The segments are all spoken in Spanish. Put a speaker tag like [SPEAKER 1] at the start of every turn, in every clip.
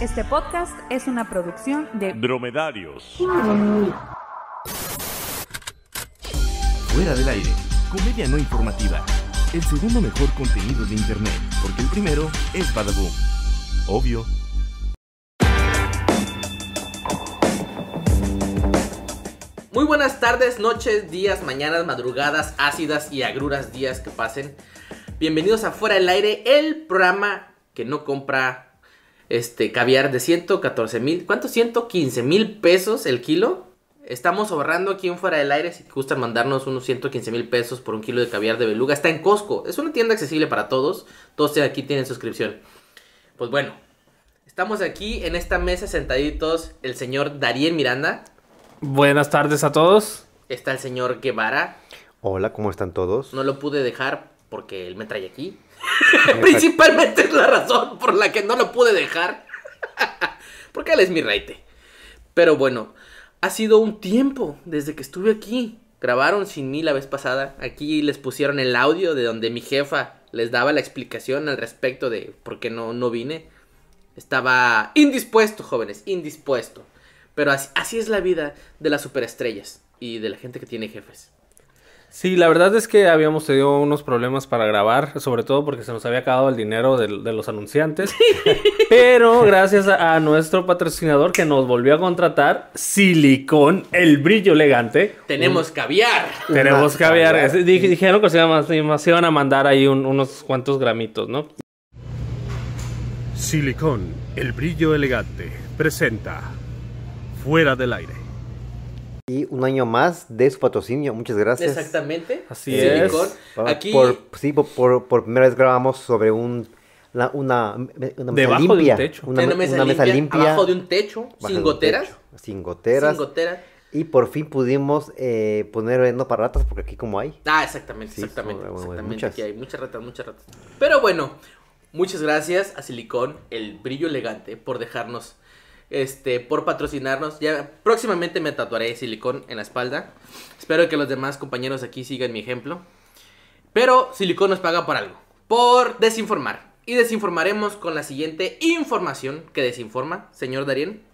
[SPEAKER 1] Este podcast es una producción de
[SPEAKER 2] Dromedarios.
[SPEAKER 3] Fuera del aire. Comedia no informativa. El segundo mejor contenido de internet, porque el primero es Badaboom. Obvio.
[SPEAKER 4] Muy buenas tardes, noches, días, mañanas, madrugadas, ácidas y agruras días que pasen. Bienvenidos a Fuera del Aire, el programa que no compra este caviar de 114 mil, ¿cuánto? 115 mil pesos el kilo. Estamos ahorrando aquí en Fuera del Aire, si gustan mandarnos unos 115 mil pesos por un kilo de caviar de beluga. Está en Costco, es una tienda accesible para todos, todos aquí tienen suscripción. Pues bueno, estamos aquí en esta mesa sentaditos el señor Dariel Miranda.
[SPEAKER 5] Buenas tardes a todos.
[SPEAKER 4] Está el señor Guevara.
[SPEAKER 6] Hola, ¿cómo están todos?
[SPEAKER 4] No lo pude dejar porque él me trae aquí. Principalmente es la razón por la que no lo pude dejar. porque él es mi reite. Pero bueno, ha sido un tiempo desde que estuve aquí. Grabaron sin mí la vez pasada. Aquí les pusieron el audio de donde mi jefa les daba la explicación al respecto de por qué no, no vine. Estaba indispuesto, jóvenes, indispuesto. Pero así, así es la vida de las superestrellas y de la gente que tiene jefes.
[SPEAKER 5] Sí, la verdad es que habíamos tenido unos problemas para grabar, sobre todo porque se nos había acabado el dinero del- de, los anunciantes. Pero gracias a, a nuestro patrocinador que nos volvió a contratar, Silicón, el brillo elegante.
[SPEAKER 4] Tenemos caviar.
[SPEAKER 5] Un- tenemos que haber. Dije, dijeron que se iban, a- se iban a mandar ahí un- unos cuantos gramitos, ¿no?
[SPEAKER 7] Silicón, el brillo elegante, presenta Fuera del aire.
[SPEAKER 6] Y un año más de su patrocinio, muchas gracias.
[SPEAKER 4] Exactamente.
[SPEAKER 5] Así
[SPEAKER 4] Silicón.
[SPEAKER 5] es.
[SPEAKER 6] Por-
[SPEAKER 4] Aquí
[SPEAKER 6] Por, sí, por, por- por primera vez grabamos sobre un, la- una, una mesa
[SPEAKER 5] Debajo de un
[SPEAKER 6] limpia.
[SPEAKER 5] techo.
[SPEAKER 6] Una,
[SPEAKER 4] una
[SPEAKER 6] me- una mesa limpia.
[SPEAKER 4] Abajo de un techo,
[SPEAKER 6] bajo de
[SPEAKER 4] sin
[SPEAKER 6] un
[SPEAKER 4] goteras.
[SPEAKER 6] techo, sin goteras.
[SPEAKER 4] Sin goteras.
[SPEAKER 6] Y por fin pudimos eh, poner no para ratas, porque aquí como hay.
[SPEAKER 4] Ah, exactamente,
[SPEAKER 6] Sí,
[SPEAKER 4] exactamente.
[SPEAKER 6] sobre- bueno,
[SPEAKER 4] exactamente.
[SPEAKER 6] muchas.
[SPEAKER 4] Aquí hay muchas ratas, muchas ratas. Pero bueno, muchas gracias a Silicón, el brillo elegante, por dejarnos, este, por patrocinarnos. Ya próximamente me tatuaré Silicón en la espalda. Espero que los demás compañeros aquí sigan mi ejemplo. Pero Silicón nos paga por algo, por desinformar. Y desinformaremos con la siguiente información que desinforma, señor Darien.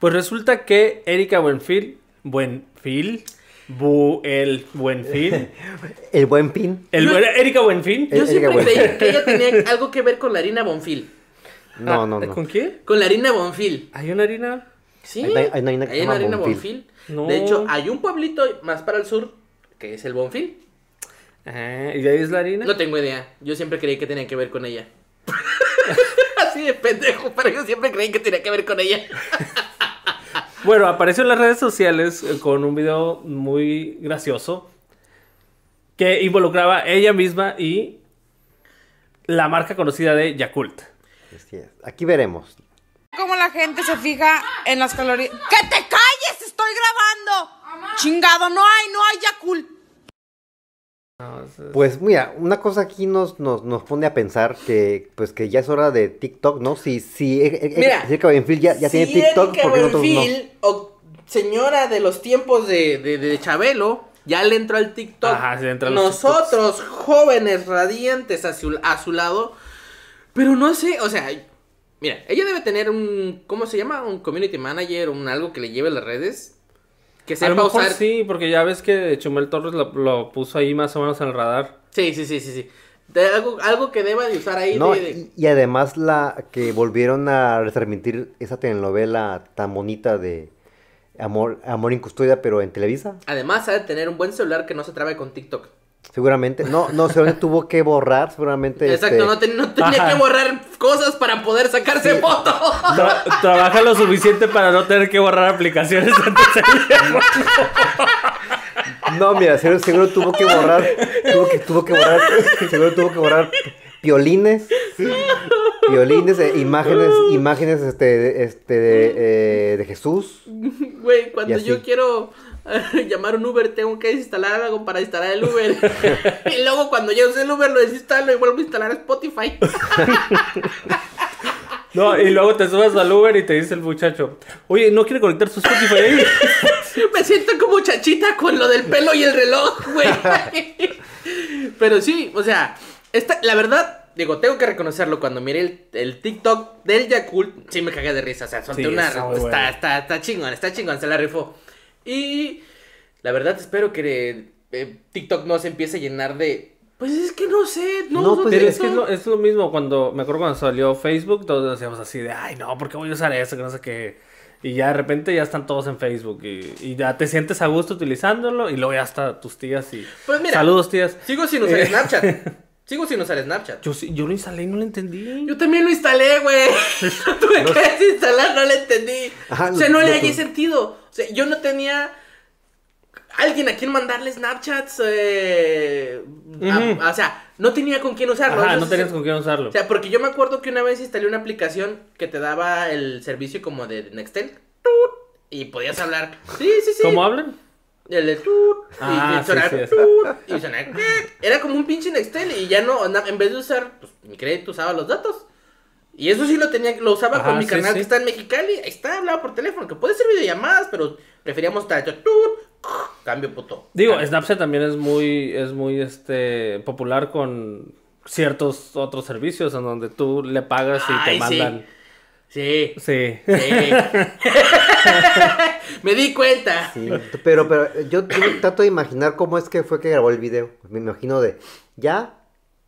[SPEAKER 5] Pues resulta que Erika Buenfil. Buenfil. Bu, el Buenfil.
[SPEAKER 6] El buen pin.
[SPEAKER 5] El,
[SPEAKER 4] Yo-
[SPEAKER 5] Erika Buenfil.
[SPEAKER 6] Eh,
[SPEAKER 4] Yo siempre
[SPEAKER 6] Erika, güey.
[SPEAKER 4] creí que ella tenía algo que ver con la harina Bonfil.
[SPEAKER 6] No,
[SPEAKER 5] Ah,
[SPEAKER 6] no, no.
[SPEAKER 5] ¿Con qué?
[SPEAKER 4] Con la harina Bonfil.
[SPEAKER 5] ¿Hay una harina?
[SPEAKER 4] Sí,
[SPEAKER 6] Hay- hay- hay una harina que se llama
[SPEAKER 4] harina
[SPEAKER 6] Bonfil.
[SPEAKER 4] Bonfil.
[SPEAKER 5] No.
[SPEAKER 4] De hecho, hay un pueblito más para el sur que es el Bonfil.
[SPEAKER 5] Ah, ¿Y de ahí es la harina?
[SPEAKER 4] No tengo idea. Yo siempre creí que tenía que ver con ella. Así de pendejo, pero yo siempre creí que tenía que ver con ella.
[SPEAKER 5] Bueno, apareció en las redes sociales eh, con un video muy gracioso que involucraba ella misma y la marca conocida de Yakult.
[SPEAKER 6] Así es. Aquí veremos.
[SPEAKER 8] Cómo la gente se fija en las calorías. ¡Que te calles! ¡Estoy grabando! ¡Chingado! ¡No hay! ¡No hay Yakul!
[SPEAKER 6] Pues mira, una cosa aquí nos, nos, nos pone a pensar que pues que ya es hora de TikTok, ¿no? Si, si eh, eh,
[SPEAKER 4] Mira,
[SPEAKER 6] Erika Buenfil ya, ya
[SPEAKER 4] Si
[SPEAKER 6] tiene TikTok,
[SPEAKER 4] Erika
[SPEAKER 6] ¿por qué nosotros no?
[SPEAKER 4] Buenfil, o señora de los tiempos de, de- de Chabelo, ya le entró al TikTok.
[SPEAKER 5] Ajá, sí le entró a los
[SPEAKER 4] Nosotros, jóvenes radiantes a su, a su lado, pero no sé, o sea, mira, ella debe tener un, ¿cómo se llama? Un community manager, un algo que le lleve las redes, que
[SPEAKER 5] A lo
[SPEAKER 4] sepa
[SPEAKER 5] mejor
[SPEAKER 4] usar. Sí.
[SPEAKER 5] sí, porque ya ves que Chumel Torres lo, lo puso ahí más o menos en el radar.
[SPEAKER 4] sí, sí, sí, sí, De algo, algo que deba de usar ahí.
[SPEAKER 6] No,
[SPEAKER 4] de- de-
[SPEAKER 6] y, y además la que volvieron a retransmitir esa telenovela tan bonita de Amor, Amor en Custodia, pero en Televisa,
[SPEAKER 4] Además, ha de tener un buen celular que no se trabe con TikTok.
[SPEAKER 6] seguramente. No, no, se tuvo que borrar, seguramente.
[SPEAKER 4] Exacto,
[SPEAKER 6] este,
[SPEAKER 4] no, ten- no tenía
[SPEAKER 5] Ajá.
[SPEAKER 4] que borrar cosas para poder sacarse fotos.
[SPEAKER 5] Tra- trabaja lo suficiente para no tener que borrar aplicaciones antes de
[SPEAKER 6] No, mira, seguro, seguro tuvo que borrar, tuvo que, tuvo que borrar, seguro tuvo que borrar piolines, piolines, eh, imágenes, imágenes, este, de- este, de, eh, de Jesús.
[SPEAKER 4] Güey, cuando
[SPEAKER 6] Y
[SPEAKER 4] yo
[SPEAKER 6] así.
[SPEAKER 4] quiero eh, llamar un Uber, tengo que instalar algo para instalar el Uber. y luego cuando ya usé el Uber, lo desinstalo y vuelvo a instalar Spotify.
[SPEAKER 5] No, y luego te subes al Uber y te dice el muchacho, oye, ¿no quiere conectar su Spotify?
[SPEAKER 4] Me siento como chachita con lo del pelo y el reloj, güey. Pero sí, o sea, esta, la verdad, Digo, tengo que reconocerlo, cuando miré el, el TikTok del Yakult, sí me cagué de risa. O sea, solté
[SPEAKER 5] Sí,
[SPEAKER 4] una.
[SPEAKER 5] está
[SPEAKER 4] Está,
[SPEAKER 5] muy bueno.
[SPEAKER 4] está, está chingón, está chingón, se la rifó. Y la verdad espero que eh, TikTok no se empiece a llenar de. Pues es que no sé, no,
[SPEAKER 6] No,
[SPEAKER 4] no
[SPEAKER 6] pues
[SPEAKER 5] Pero
[SPEAKER 4] sé,
[SPEAKER 5] es que es
[SPEAKER 4] no".
[SPEAKER 5] lo, es lo mismo cuando, me acuerdo cuando salió Facebook, todos decíamos así de, ay no, ¿por qué voy a usar eso? Que no sé qué. Y ya de repente ya están todos en Facebook y, y ya te sientes a gusto utilizándolo y luego ya hasta tus tías y...
[SPEAKER 4] Pues mira.
[SPEAKER 5] Saludos tías.
[SPEAKER 4] Sigo sin usar
[SPEAKER 5] Eh.
[SPEAKER 4] Snapchat. Sigo sin usar Snapchat.
[SPEAKER 5] Yo, sí- yo lo instalé y no lo entendí.
[SPEAKER 4] Yo también lo instalé, güey. Lo tuve que desinstalar, no lo entendí.
[SPEAKER 6] Ajá,
[SPEAKER 4] o sea, no
[SPEAKER 6] lo-
[SPEAKER 4] le
[SPEAKER 6] lo-
[SPEAKER 4] hallé sentido. O sea, yo no tenía alguien a quien mandarle Snapchats. eh, a-
[SPEAKER 5] Ujú.
[SPEAKER 4] o sea, no tenía con quién usarlo.
[SPEAKER 5] Ajá,
[SPEAKER 4] Eso
[SPEAKER 5] no
[SPEAKER 4] sí
[SPEAKER 5] tenías
[SPEAKER 4] se-
[SPEAKER 5] con quién usarlo.
[SPEAKER 4] O sea, porque yo me acuerdo que una vez instalé una aplicación que te daba el servicio como de Nextel. tut, Y podías hablar. Sí, pues, sí, sí.
[SPEAKER 5] ¿Cómo hablan?
[SPEAKER 4] El de tut, y-
[SPEAKER 5] Ah,
[SPEAKER 4] y
[SPEAKER 5] sí,
[SPEAKER 4] sonar
[SPEAKER 5] sí, es.
[SPEAKER 4] y sonar Era como un pinche Nextel y ya no, na- en vez de usar pues, mi crédito usaba los datos. Y eso sí lo tenía, lo usaba
[SPEAKER 5] Ajá,
[SPEAKER 4] con mi
[SPEAKER 5] sí,
[SPEAKER 4] canal
[SPEAKER 5] sí.
[SPEAKER 4] que está en Mexicali. Ahí está, hablaba por teléfono, que puede ser videollamadas, pero preferíamos estar tut, cambio puto.
[SPEAKER 5] Digo,
[SPEAKER 4] Cambio.
[SPEAKER 5] Snapchat también es muy, es muy este, popular con ciertos otros servicios en donde tú le pagas y
[SPEAKER 4] Ay, sí.
[SPEAKER 5] te mandan.
[SPEAKER 4] Sí,
[SPEAKER 5] Sí.
[SPEAKER 4] sí. Me di cuenta.
[SPEAKER 6] Sí, pero, pero yo yo trato de imaginar cómo es que fue que grabó el video. Me imagino de, ya,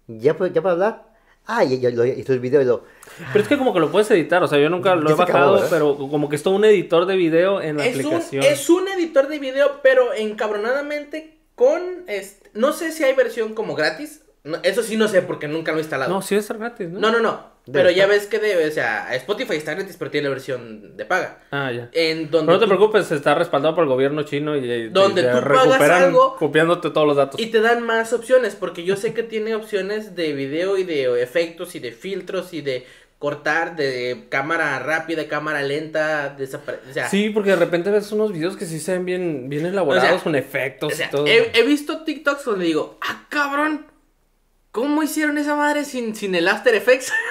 [SPEAKER 6] ya, pu- ya para hablar. Ah, y, y- lo- hizo el video y lo...
[SPEAKER 5] Pero es que como que lo puedes editar, o sea, yo nunca lo
[SPEAKER 6] Ya
[SPEAKER 5] he
[SPEAKER 6] se acabó,
[SPEAKER 5] bajado,
[SPEAKER 6] ¿verdad?
[SPEAKER 5] pero como que es todo un editor de video en la
[SPEAKER 4] Es un,
[SPEAKER 5] aplicación.
[SPEAKER 4] es un editor de video, pero encabronadamente con... este- no sé si hay versión como gratis. No, eso sí no sé porque nunca lo he instalado.
[SPEAKER 5] No, sí debe ser gratis, ¿no?
[SPEAKER 4] No, no, no.
[SPEAKER 6] Debe
[SPEAKER 4] Pero ya
[SPEAKER 6] estar.
[SPEAKER 4] ves que debe, o sea, Spotify está gratis, pero tiene la versión de paga.
[SPEAKER 5] Ah, ya.
[SPEAKER 4] En donde
[SPEAKER 5] Pero no te
[SPEAKER 4] tú-
[SPEAKER 5] preocupes, está respaldado por el gobierno chino y, y-
[SPEAKER 4] Donde
[SPEAKER 5] y te
[SPEAKER 4] tú pagas algo-
[SPEAKER 5] copiándote todos los datos.
[SPEAKER 4] Y te dan más opciones, porque yo sé que tiene opciones de video y de efectos y de filtros y de cortar, de cámara rápida, cámara lenta, desapare- o sea,
[SPEAKER 5] Sí, porque de repente ves unos videos que sí se ven bien, bien elaborados
[SPEAKER 4] O sea,
[SPEAKER 5] con efectos
[SPEAKER 4] o sea, eh,
[SPEAKER 5] y todo.
[SPEAKER 4] he, he visto TikToks donde digo, ah, cabrón, ¿cómo hicieron esa madre sin, sin el After Effects?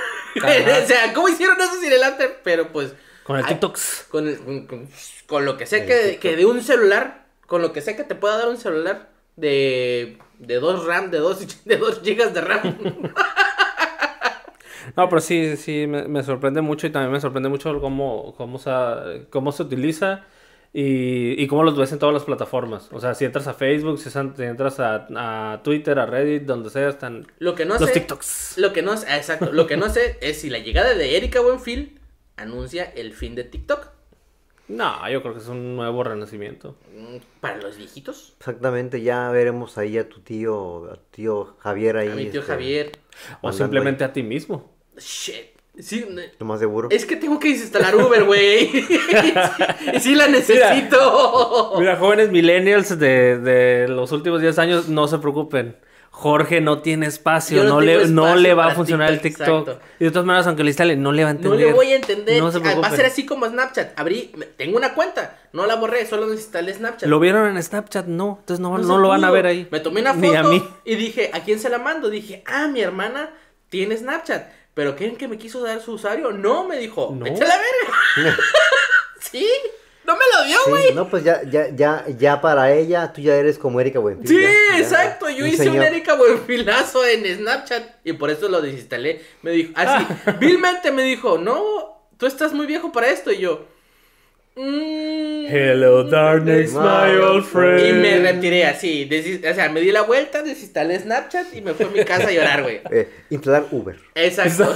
[SPEAKER 5] Ajá.
[SPEAKER 4] o sea, ¿cómo hicieron eso sin el After? Pero pues...
[SPEAKER 5] Con el
[SPEAKER 4] ay,
[SPEAKER 5] TikToks.
[SPEAKER 4] Con, el- con- con- con lo que sea que, que de un celular, con lo que sea que te pueda dar un celular de, de dos RAM, de dos, de dos gigas de RAM.
[SPEAKER 5] No, pero sí, sí, me, me sorprende mucho y también me sorprende mucho cómo, cómo, se, cómo se utiliza y, y cómo los ves en todas las plataformas. O sea, si entras a Facebook, si san- si entras a, a Twitter, a Reddit, donde sea, están
[SPEAKER 4] Lo que no
[SPEAKER 5] los
[SPEAKER 4] sé.
[SPEAKER 5] TikToks.
[SPEAKER 4] Lo que no sé, ah, exacto, lo que no sé es si la llegada de Erika Buenfil anuncia el fin de TikTok
[SPEAKER 5] No, yo creo que es un nuevo renacimiento.
[SPEAKER 4] Mm, para los viejitos.
[SPEAKER 6] Exactamente, ya veremos ahí a tu tío, a tu tío Javier ahí.
[SPEAKER 4] A mi tío
[SPEAKER 6] este,
[SPEAKER 4] Javier.
[SPEAKER 5] O
[SPEAKER 6] mandando
[SPEAKER 5] simplemente a ti mismo.
[SPEAKER 4] Shit. Sí, ne-
[SPEAKER 6] ahí, Lo más seguro.
[SPEAKER 4] es que tengo que desinstalar Uber, güey. y sí la necesito.
[SPEAKER 5] Mira, jóvenes millennials de, de los últimos 10 años, no se preocupen. Jorge no tiene espacio,
[SPEAKER 4] Yo no
[SPEAKER 5] no, le,
[SPEAKER 4] tengo
[SPEAKER 5] no
[SPEAKER 4] espacio
[SPEAKER 5] le va a
[SPEAKER 4] para
[SPEAKER 5] funcionar el
[SPEAKER 4] TikTok,
[SPEAKER 5] TikTok.
[SPEAKER 4] exacto.
[SPEAKER 5] Y de todas maneras, aunque le instale, no le va a
[SPEAKER 4] No
[SPEAKER 5] entender.
[SPEAKER 4] le voy a entender.
[SPEAKER 5] No se
[SPEAKER 4] Ah, Va a
[SPEAKER 5] preocupen.
[SPEAKER 4] ser así como Snapchat. Abrí, me- tengo una cuenta. No la borré, solo desinstalé Snapchat.
[SPEAKER 5] ¿Lo vieron en Snapchat? No, entonces no,
[SPEAKER 4] se
[SPEAKER 5] no lo van a
[SPEAKER 4] pudo.
[SPEAKER 5] ver ahí.
[SPEAKER 4] Me tomé una foto
[SPEAKER 5] Ni a mí.
[SPEAKER 4] y dije, ¿a quién se la mando? Dije, ah, mi hermana tiene Snapchat. ¿Pero creen que me quiso dar su usuario? No, me dijo.
[SPEAKER 5] No.
[SPEAKER 4] "Echa la verga. sí, no me lo dio,
[SPEAKER 6] Sí,
[SPEAKER 4] Ah, güey.
[SPEAKER 6] no, pues ya, ya, ya, ya para ella, tú ya eres como Erika Buenfil.
[SPEAKER 4] Sí,
[SPEAKER 6] ya, ya,
[SPEAKER 4] exacto. Yo hice un
[SPEAKER 6] señor.
[SPEAKER 4] Erika Buenfilazo en Snapchat y por eso lo desinstalé. Me dijo, así, vilmente me dijo, no, tú estás muy viejo para esto. Y yo, "Mm".
[SPEAKER 5] Eh, Hello, darkness, my old friend.
[SPEAKER 4] Y me retiré así. desis- O sea, me di la vuelta, desinstalé Snapchat y me fui a mi casa a llorar, güey.
[SPEAKER 6] Eh, instalar Uber.
[SPEAKER 4] Exacto.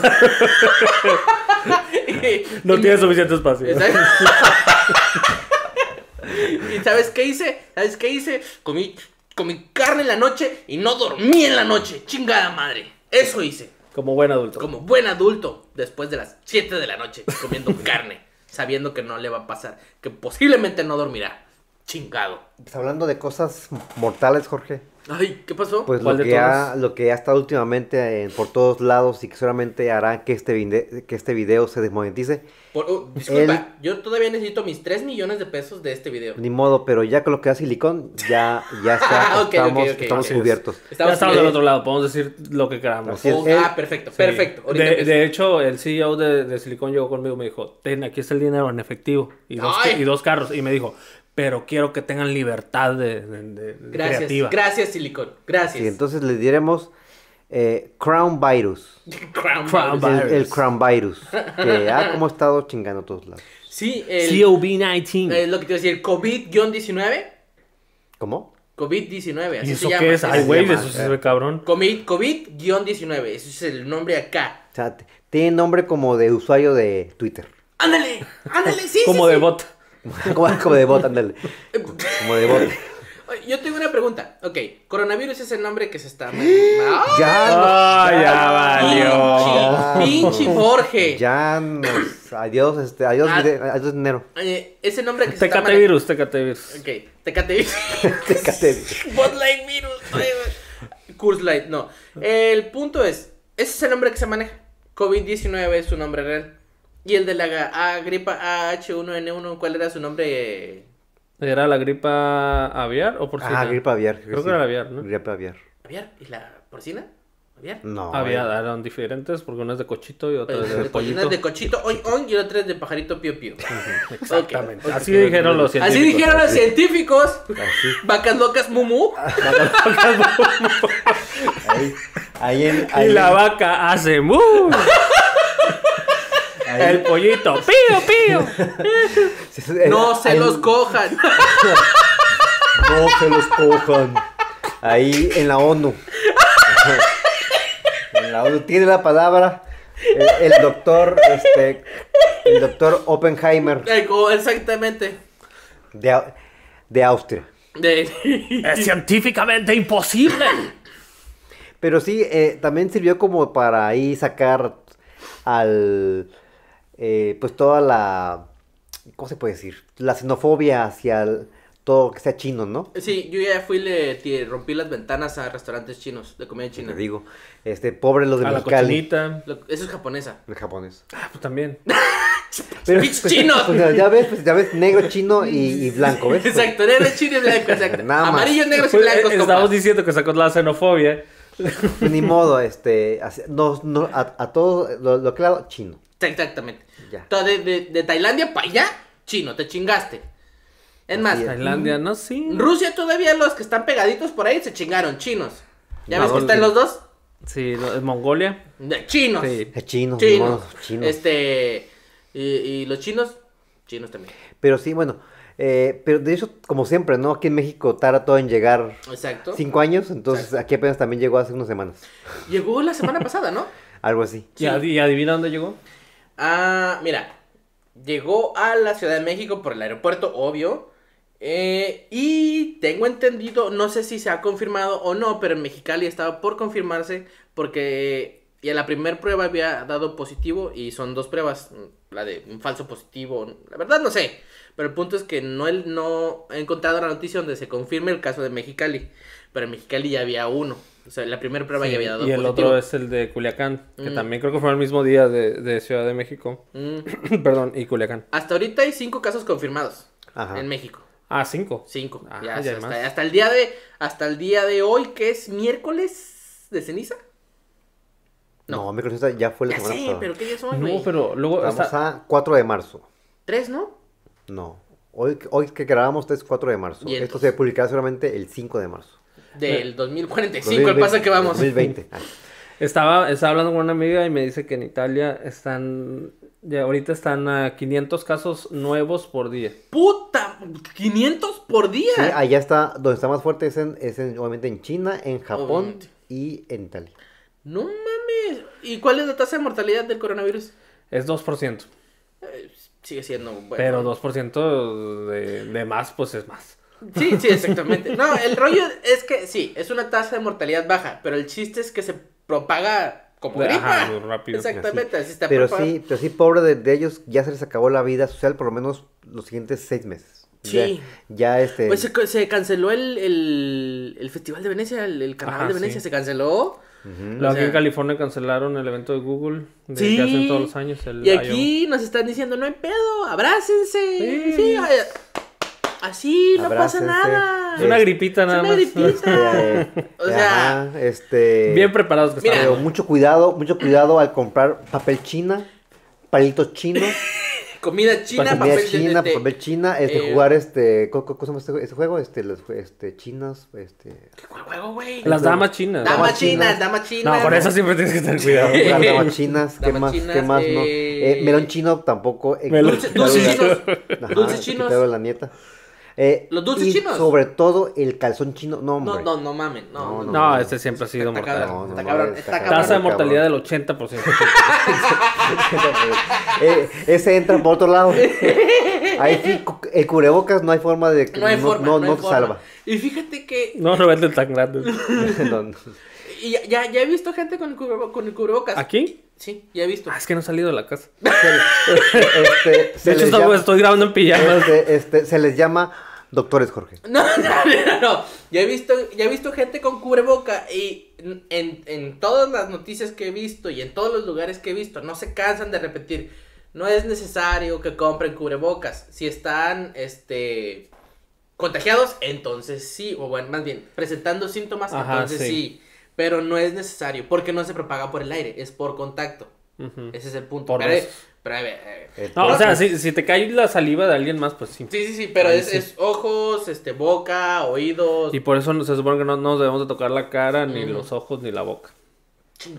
[SPEAKER 5] No tiene suficiente espacio.
[SPEAKER 4] Exacto. ¿Y sabes qué hice? ¿Sabes qué hice? Comí, comí carne en la noche y no dormí en la noche. Chingada madre. Eso hice.
[SPEAKER 5] Como buen adulto.
[SPEAKER 4] Como buen adulto, después de las 7 de la noche, comiendo carne, sabiendo que no le va a pasar, que posiblemente no dormirá. Chingado.
[SPEAKER 6] Pues hablando de cosas mortales, Jorge.
[SPEAKER 4] Ay, ¿qué pasó?
[SPEAKER 6] Pues
[SPEAKER 5] ¿Cuál
[SPEAKER 6] lo
[SPEAKER 5] de
[SPEAKER 6] que, ha,
[SPEAKER 5] todas?
[SPEAKER 6] lo que ha estado últimamente en- por todos lados y que solamente hará que este, vinde- que este video se desmonetice.
[SPEAKER 4] Por- oh, disculpa, yo todavía necesito mis 3 millones de pesos de este video.
[SPEAKER 6] Ni modo, pero ya con lo que da Silicon, ya, ya está,
[SPEAKER 4] Ah, Ok, ok,
[SPEAKER 6] estamos,
[SPEAKER 4] ok,
[SPEAKER 6] estamos
[SPEAKER 4] así
[SPEAKER 5] es.
[SPEAKER 6] cubiertos.
[SPEAKER 5] Ya estamos del
[SPEAKER 4] bien.
[SPEAKER 5] otro lado, podemos decir lo que queramos.
[SPEAKER 6] Así es.
[SPEAKER 4] Oh,
[SPEAKER 6] Él-
[SPEAKER 4] ah, perfecto,
[SPEAKER 5] Sí.
[SPEAKER 4] perfecto. Ahorita
[SPEAKER 5] De,
[SPEAKER 4] empiezo.
[SPEAKER 5] de hecho, el CEO de, de Silicon llegó conmigo y me dijo, ten, aquí está el dinero en efectivo y dos,
[SPEAKER 4] ¡Ay!
[SPEAKER 5] y dos carros. Y me dijo, pero quiero que tengan libertad de, de- de- de
[SPEAKER 4] gracias,
[SPEAKER 5] creativa.
[SPEAKER 4] gracias, Silicon. Gracias.
[SPEAKER 6] Sí, entonces le diremos eh, Crown Virus.
[SPEAKER 4] Crown
[SPEAKER 5] Crown
[SPEAKER 4] Virus.
[SPEAKER 6] El, el Crown Virus. Que ha como estado chingando a todos lados.
[SPEAKER 4] Sí, el, eh,
[SPEAKER 5] COVID-19.
[SPEAKER 4] es lo que te iba a decir, COVID-19.
[SPEAKER 6] ¿Cómo?
[SPEAKER 4] COVID-19, así
[SPEAKER 5] ¿Y eso
[SPEAKER 4] se llama.
[SPEAKER 5] qué es? Ay,
[SPEAKER 4] Ese-
[SPEAKER 6] se
[SPEAKER 5] güey,
[SPEAKER 6] llama,
[SPEAKER 5] eso sí se
[SPEAKER 6] eh.
[SPEAKER 5] ve cabrón.
[SPEAKER 4] COVID- COVID-19, ese es el nombre acá.
[SPEAKER 6] O sea, t- tiene nombre como de usuario de Twitter.
[SPEAKER 4] Ándale, ándale, sí.
[SPEAKER 5] Como
[SPEAKER 4] sí,
[SPEAKER 5] de
[SPEAKER 4] sí.
[SPEAKER 5] bot.
[SPEAKER 6] como, como de bot, ándale. Como de bot.
[SPEAKER 4] Oye, Eh, Yo tengo una pregunta. Ok, coronavirus es el nombre que se está. ¡Ah!
[SPEAKER 6] Ya
[SPEAKER 5] Ah, ya valió.
[SPEAKER 6] Ah.
[SPEAKER 4] Pinche pinche
[SPEAKER 6] nos.
[SPEAKER 4] Jorge.
[SPEAKER 6] Ya nos. Adiós, este, adiós,
[SPEAKER 4] Ah.
[SPEAKER 6] vide- adiós dinero.
[SPEAKER 4] Eh, ese nombre que se está.
[SPEAKER 5] Tecate
[SPEAKER 4] mane-
[SPEAKER 5] virus, tecate virus.
[SPEAKER 4] Ok, Tecate virus.
[SPEAKER 6] Tecate.
[SPEAKER 4] Botline virus. Curse Light, no. El punto es: ese es el nombre que se maneja. COVID-19 es su nombre real. Y el de la ga- ah, gripa AH1N1, ¿cuál era su nombre? eh?
[SPEAKER 5] ¿Era la gripa aviar o porcina?
[SPEAKER 6] Ah, gripa aviar.
[SPEAKER 5] Creo que era aviar, ¿no?
[SPEAKER 6] Gripa aviar.
[SPEAKER 4] ¿Aviar? ¿Y la porcina? ¿Aviar?
[SPEAKER 6] No.
[SPEAKER 5] Aviar, eran diferentes porque una es de cochito y otra
[SPEAKER 4] Pues,
[SPEAKER 5] es de
[SPEAKER 4] de
[SPEAKER 5] pollito.
[SPEAKER 4] cochinas de cochito, oin oin, y otra es de pajarito pio pio.
[SPEAKER 5] Exactamente. Así dijeron los científicos.
[SPEAKER 4] Así dijeron los científicos.
[SPEAKER 6] Así.
[SPEAKER 4] Vacas locas mumu.
[SPEAKER 6] eh, Ahí, ahí en.
[SPEAKER 5] Y
[SPEAKER 6] ahí
[SPEAKER 5] la
[SPEAKER 6] en-
[SPEAKER 5] vaca hace mu.
[SPEAKER 6] ahí-
[SPEAKER 5] El pollito, pío, pío.
[SPEAKER 4] No se
[SPEAKER 6] ahí-
[SPEAKER 4] los cojan.
[SPEAKER 6] No se los cojan. Ahí en la ONU. En la ONU tiene la palabra el, el doctor, este, el doctor Oppenheimer
[SPEAKER 4] Eh, co- Exactamente.
[SPEAKER 6] de, Au- de Austria.
[SPEAKER 4] De-
[SPEAKER 5] Es científicamente imposible.
[SPEAKER 6] Pero sí, eh, también sirvió como para ahí sacar al, eh, pues toda la, ¿cómo se puede decir? La xenofobia hacia el- todo que sea chino, ¿no?
[SPEAKER 4] Sí, yo ya fui, le ti- rompí las ventanas a restaurantes chinos de comida
[SPEAKER 6] Te
[SPEAKER 4] china.
[SPEAKER 6] digo, este, pobre los de
[SPEAKER 5] A la
[SPEAKER 6] Mexicali.
[SPEAKER 5] cochinita.
[SPEAKER 4] Lo- Eso es japonesa.
[SPEAKER 6] El japonés.
[SPEAKER 5] Ah, pues también.
[SPEAKER 6] Pero,
[SPEAKER 4] ¡Pinches chinos!
[SPEAKER 6] o sea, ya ves, pues, ya ves, negro, chino y, y blanco, ¿ves? Pues,
[SPEAKER 4] Exacto, eres chino y blanco. Exacto.
[SPEAKER 6] Nada más.
[SPEAKER 4] Amarillos, negros y
[SPEAKER 5] Pues, eh,
[SPEAKER 4] blancos.
[SPEAKER 5] estamos
[SPEAKER 4] compas.
[SPEAKER 5] diciendo que sacó la xenofobia.
[SPEAKER 6] pues, Ni modo, este, así- no, no, a, a todos, lo, lo claro, chino.
[SPEAKER 4] Exactamente.
[SPEAKER 6] Ya.
[SPEAKER 4] To- De, de- de Tailandia para allá, chino, te chingaste. Es más,
[SPEAKER 6] es.
[SPEAKER 5] Tailandia, no, sí.
[SPEAKER 4] Rusia todavía los que están pegaditos por ahí se chingaron, chinos. ¿Ya
[SPEAKER 6] No,
[SPEAKER 4] ves que
[SPEAKER 6] no,
[SPEAKER 4] están
[SPEAKER 6] no.
[SPEAKER 4] los dos?
[SPEAKER 5] Sí, no, es Mongolia.
[SPEAKER 4] De- Chinos.
[SPEAKER 5] Sí.
[SPEAKER 6] Es chino, ni modo,
[SPEAKER 4] Chinos.
[SPEAKER 6] chino.
[SPEAKER 4] Este. Y, y los chinos, chinos también.
[SPEAKER 6] Pero sí, bueno, eh, pero de hecho, como siempre, ¿no? Aquí en México tarda todo en llegar
[SPEAKER 4] Exacto.
[SPEAKER 6] cinco años, entonces aquí apenas también llegó hace unas semanas,
[SPEAKER 4] Llegó la semana pasada, ¿no?
[SPEAKER 6] algo así.
[SPEAKER 5] ¿Y, ad- y adivina dónde llegó?
[SPEAKER 4] Ah, mira. Llegó a la Ciudad de México por el aeropuerto, obvio. Eh, y tengo entendido, no sé si se ha confirmado o no, pero en Mexicali estaba por confirmarse porque ya la primera prueba había dado positivo y son dos pruebas, mm, la de un falso positivo, la verdad no sé, pero el punto es que no, el- no he encontrado la noticia donde se confirme el caso de Mexicali, pero en Mexicali ya había uno, o sea, la primera prueba ya había dado
[SPEAKER 5] y el
[SPEAKER 4] positivo.
[SPEAKER 5] otro es el de Culiacán, que
[SPEAKER 4] Mm.
[SPEAKER 5] también creo que fue el mismo día de, de Ciudad de México.
[SPEAKER 4] Mm.
[SPEAKER 5] Perdón, y Culiacán.
[SPEAKER 4] Hasta ahorita hay cinco casos confirmados
[SPEAKER 6] Ajá.
[SPEAKER 4] en México.
[SPEAKER 5] Ah, cinco.
[SPEAKER 4] Cinco.
[SPEAKER 5] Ah,
[SPEAKER 4] ya,
[SPEAKER 5] ya
[SPEAKER 4] hasta,
[SPEAKER 5] más.
[SPEAKER 4] hasta el día de, hasta el día de hoy, que es miércoles de ceniza.
[SPEAKER 6] No, mi consulta ya fue la
[SPEAKER 4] Ya
[SPEAKER 6] semana
[SPEAKER 4] sé,
[SPEAKER 6] pasada.
[SPEAKER 4] pero ¿qué día son, güey?
[SPEAKER 5] No, pero luego
[SPEAKER 6] Vamos
[SPEAKER 5] hasta-
[SPEAKER 6] a 4 de marzo.
[SPEAKER 4] Tres, ¿no?
[SPEAKER 6] No. Hoy, hoy que grabamos es 4 de marzo.
[SPEAKER 4] Y el
[SPEAKER 6] Esto
[SPEAKER 4] dos.
[SPEAKER 6] se publicará seguramente el 5 de marzo.
[SPEAKER 4] Del 2045, el paso que vamos.
[SPEAKER 6] 2020. Ah,
[SPEAKER 5] estaba, estaba hablando con una amiga y me dice que en Italia están, ya ahorita están a 500 casos nuevos por día.
[SPEAKER 4] ¡Puta! 500 por día.
[SPEAKER 6] sí, allá está, donde está más fuerte es, en, es en- obviamente en China, en Japón
[SPEAKER 4] Obviamente.
[SPEAKER 6] y en Italia.
[SPEAKER 4] No mames. ¿Y cuál es la tasa de mortalidad del coronavirus?
[SPEAKER 5] Es 2%,
[SPEAKER 4] Eh, sigue siendo. Bueno.
[SPEAKER 5] pero 2% de, de más, pues es más.
[SPEAKER 4] Sí, sí, exactamente. No, el rollo es que sí, es una tasa de mortalidad baja, pero el chiste es que se propaga como
[SPEAKER 5] Ajá,
[SPEAKER 4] gripa.
[SPEAKER 5] muy rápido.
[SPEAKER 4] Exactamente, así está
[SPEAKER 6] Pero
[SPEAKER 4] propagando.
[SPEAKER 6] sí, pero sí, pobre de, de ellos, ya se les acabó la vida social por lo menos los siguientes seis meses.
[SPEAKER 4] Sí.
[SPEAKER 6] Ya, ya, este.
[SPEAKER 4] Pues se, ca- se canceló el, el, el Festival de Venecia, el, el Carnaval
[SPEAKER 5] Ajá,
[SPEAKER 4] de Venecia,
[SPEAKER 5] sí.
[SPEAKER 4] se canceló.
[SPEAKER 6] Mm.
[SPEAKER 5] Luego
[SPEAKER 4] O
[SPEAKER 5] aquí en
[SPEAKER 4] sea-
[SPEAKER 5] California cancelaron el evento de Google de
[SPEAKER 4] Sí.
[SPEAKER 5] que hacen todos los años. El
[SPEAKER 4] Y
[SPEAKER 5] I.O.
[SPEAKER 4] aquí nos están diciendo, no hay pedo, abrácense.
[SPEAKER 5] Sí.
[SPEAKER 4] Sí, ay, así, no pasa
[SPEAKER 6] Abrácense.
[SPEAKER 4] nada.
[SPEAKER 5] Es una
[SPEAKER 6] Es-
[SPEAKER 5] gripita
[SPEAKER 4] Es
[SPEAKER 5] nada
[SPEAKER 4] una
[SPEAKER 5] más.
[SPEAKER 4] gripita.
[SPEAKER 6] eh,
[SPEAKER 4] O sea,
[SPEAKER 6] ajá, este.
[SPEAKER 5] Bien preparados que
[SPEAKER 4] Mira.
[SPEAKER 5] están.
[SPEAKER 6] Pero mucho cuidado, mucho cuidado al comprar papel china, palitos chinos,
[SPEAKER 4] Comida china,
[SPEAKER 6] Comida
[SPEAKER 4] papel de- de-
[SPEAKER 6] china,
[SPEAKER 4] de-
[SPEAKER 6] papel china, este,
[SPEAKER 4] eh,
[SPEAKER 6] jugar este, co- co- ¿cómo se llama este jue- ese juego? Este, los, este, chinos, este,
[SPEAKER 4] ¿Cuál juego, güey?
[SPEAKER 5] Las damas chinas.
[SPEAKER 4] Dama
[SPEAKER 6] damas
[SPEAKER 4] china,
[SPEAKER 6] chinas.
[SPEAKER 4] dama china.
[SPEAKER 5] No, con eso siempre tienes que tener cuidado.
[SPEAKER 4] Sí.
[SPEAKER 6] jugar damas chinas, ¿qué
[SPEAKER 4] Damas
[SPEAKER 6] más,
[SPEAKER 4] chinas,
[SPEAKER 6] qué más no?
[SPEAKER 4] eh,
[SPEAKER 6] Eh, melón chino tampoco. eh,
[SPEAKER 5] Melón-
[SPEAKER 4] Dulce- dulces chinos.
[SPEAKER 6] Ajá,
[SPEAKER 4] Dulces
[SPEAKER 6] el
[SPEAKER 4] chinos.
[SPEAKER 6] quitado de la nieta. Eh,
[SPEAKER 4] Los dulces
[SPEAKER 6] y
[SPEAKER 4] chinos.
[SPEAKER 6] sobre todo el calzón chino, no,
[SPEAKER 4] No,
[SPEAKER 6] hombre.
[SPEAKER 4] no, no mamen. No, no.
[SPEAKER 6] No,
[SPEAKER 5] No, este siempre ha sido
[SPEAKER 4] Está
[SPEAKER 5] mortal.
[SPEAKER 4] cabrón,
[SPEAKER 6] No,
[SPEAKER 4] está
[SPEAKER 6] no,
[SPEAKER 4] cabrón,
[SPEAKER 6] no,
[SPEAKER 4] está
[SPEAKER 6] está
[SPEAKER 5] Tasa de
[SPEAKER 4] cabrón.
[SPEAKER 5] mortalidad del 80%.
[SPEAKER 6] Eh, ese entra por otro lado. Ahí sí, cu- el cubrebocas no hay forma de que
[SPEAKER 4] No hay forma.
[SPEAKER 6] no,
[SPEAKER 4] hay
[SPEAKER 6] no te
[SPEAKER 4] forma.
[SPEAKER 6] salva.
[SPEAKER 4] Y fíjate que.
[SPEAKER 5] No, no venden tan grande.
[SPEAKER 6] No, no.
[SPEAKER 4] y ya, ya, ya he visto gente con el, cubrebo- con el cubrebocas.
[SPEAKER 5] ¿Aquí?
[SPEAKER 4] Sí, ya he visto.
[SPEAKER 5] Ah, es que no he salido de la casa.
[SPEAKER 6] Este, se
[SPEAKER 5] De hecho,
[SPEAKER 6] les
[SPEAKER 5] estaba-
[SPEAKER 6] llama-
[SPEAKER 5] estoy grabando en pijama.
[SPEAKER 6] este, este, se les llama doctores Jorge.
[SPEAKER 4] No, no, no, no. Ya he visto, ya he visto gente con cubreboca y en, en- en todas las noticias que he visto y en todos los lugares que he visto, no se cansan de repetir. No es necesario que compren cubrebocas. Si están, este, contagiados, entonces sí, o bueno, más bien, presentando síntomas,
[SPEAKER 5] Ajá,
[SPEAKER 4] entonces
[SPEAKER 5] sí.
[SPEAKER 4] sí. Pero no es necesario, porque no se propaga por el aire, es por contacto. Ese es el punto.
[SPEAKER 5] Por Eh,
[SPEAKER 4] pero,
[SPEAKER 5] besos.
[SPEAKER 4] pero, a ver, a ver.
[SPEAKER 5] No, o sea, si, si te cae la saliva de alguien más, pues sí.
[SPEAKER 4] Sí, sí, sí, pero
[SPEAKER 5] Ahí
[SPEAKER 4] es,
[SPEAKER 5] sí.
[SPEAKER 4] es ojos, este, boca, oídos,
[SPEAKER 5] Y por eso no- se supone que no no nos debemos de tocar la cara, ni los ojos, ni la boca. Sí.